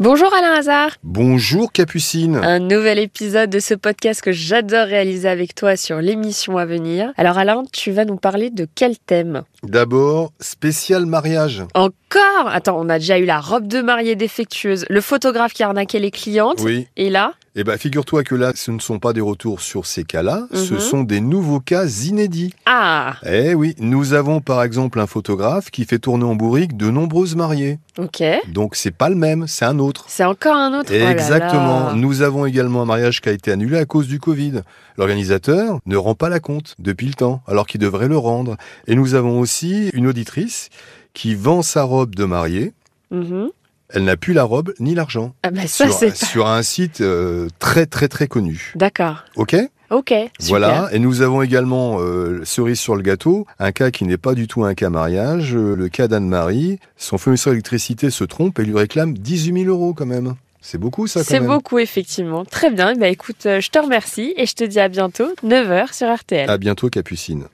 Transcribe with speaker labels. Speaker 1: Bonjour Alain Hazard.
Speaker 2: Bonjour Capucine.
Speaker 1: Un nouvel épisode de ce podcast que j'adore réaliser avec toi sur l'émission à venir. Alors Alain, tu vas nous parler de quel thème
Speaker 2: D'abord, spécial mariage.
Speaker 1: Encore Attends, on a déjà eu la robe de mariée défectueuse, le photographe qui a arnaqué les clientes.
Speaker 2: Oui.
Speaker 1: Et là
Speaker 2: Eh ben, figure-toi que là, ce ne sont pas des retours sur ces cas-là, ce
Speaker 1: Mhm.
Speaker 2: sont des nouveaux cas inédits.
Speaker 1: Ah
Speaker 2: Eh oui, nous avons par exemple un photographe qui fait tourner en bourrique de nombreuses mariées.
Speaker 1: Ok.
Speaker 2: Donc c'est pas le même, c'est un autre.
Speaker 1: C'est encore un autre. Oh là là.
Speaker 2: Exactement. Nous avons également un mariage qui a été annulé à cause du Covid. L'organisateur ne rend pas la compte depuis le temps, alors qu'il devrait le rendre. Et nous avons aussi une auditrice qui vend sa robe de mariée.
Speaker 1: Mhm.
Speaker 2: Elle n'a plus la robe ni l'argent.
Speaker 1: Ah bah ça
Speaker 2: sur,
Speaker 1: c'est... pas-
Speaker 2: sur un site euh, très très très connu.
Speaker 1: D'accord.
Speaker 2: Ok
Speaker 1: Ok. Super.
Speaker 2: Voilà. Et nous avons également, euh, cerise sur le gâteau, un cas qui n'est pas du tout un cas mariage, euh, le cas d'Anne-Marie. Son fournisseur d'électricité se trompe et lui réclame 18 000 euros quand même. C'est beaucoup ça quand
Speaker 1: C'est
Speaker 2: même.
Speaker 1: beaucoup effectivement. Très bien. Eh ben écoute, euh, je te remercie et je te dis à bientôt, 9h sur RTL.
Speaker 2: À bientôt Capucine.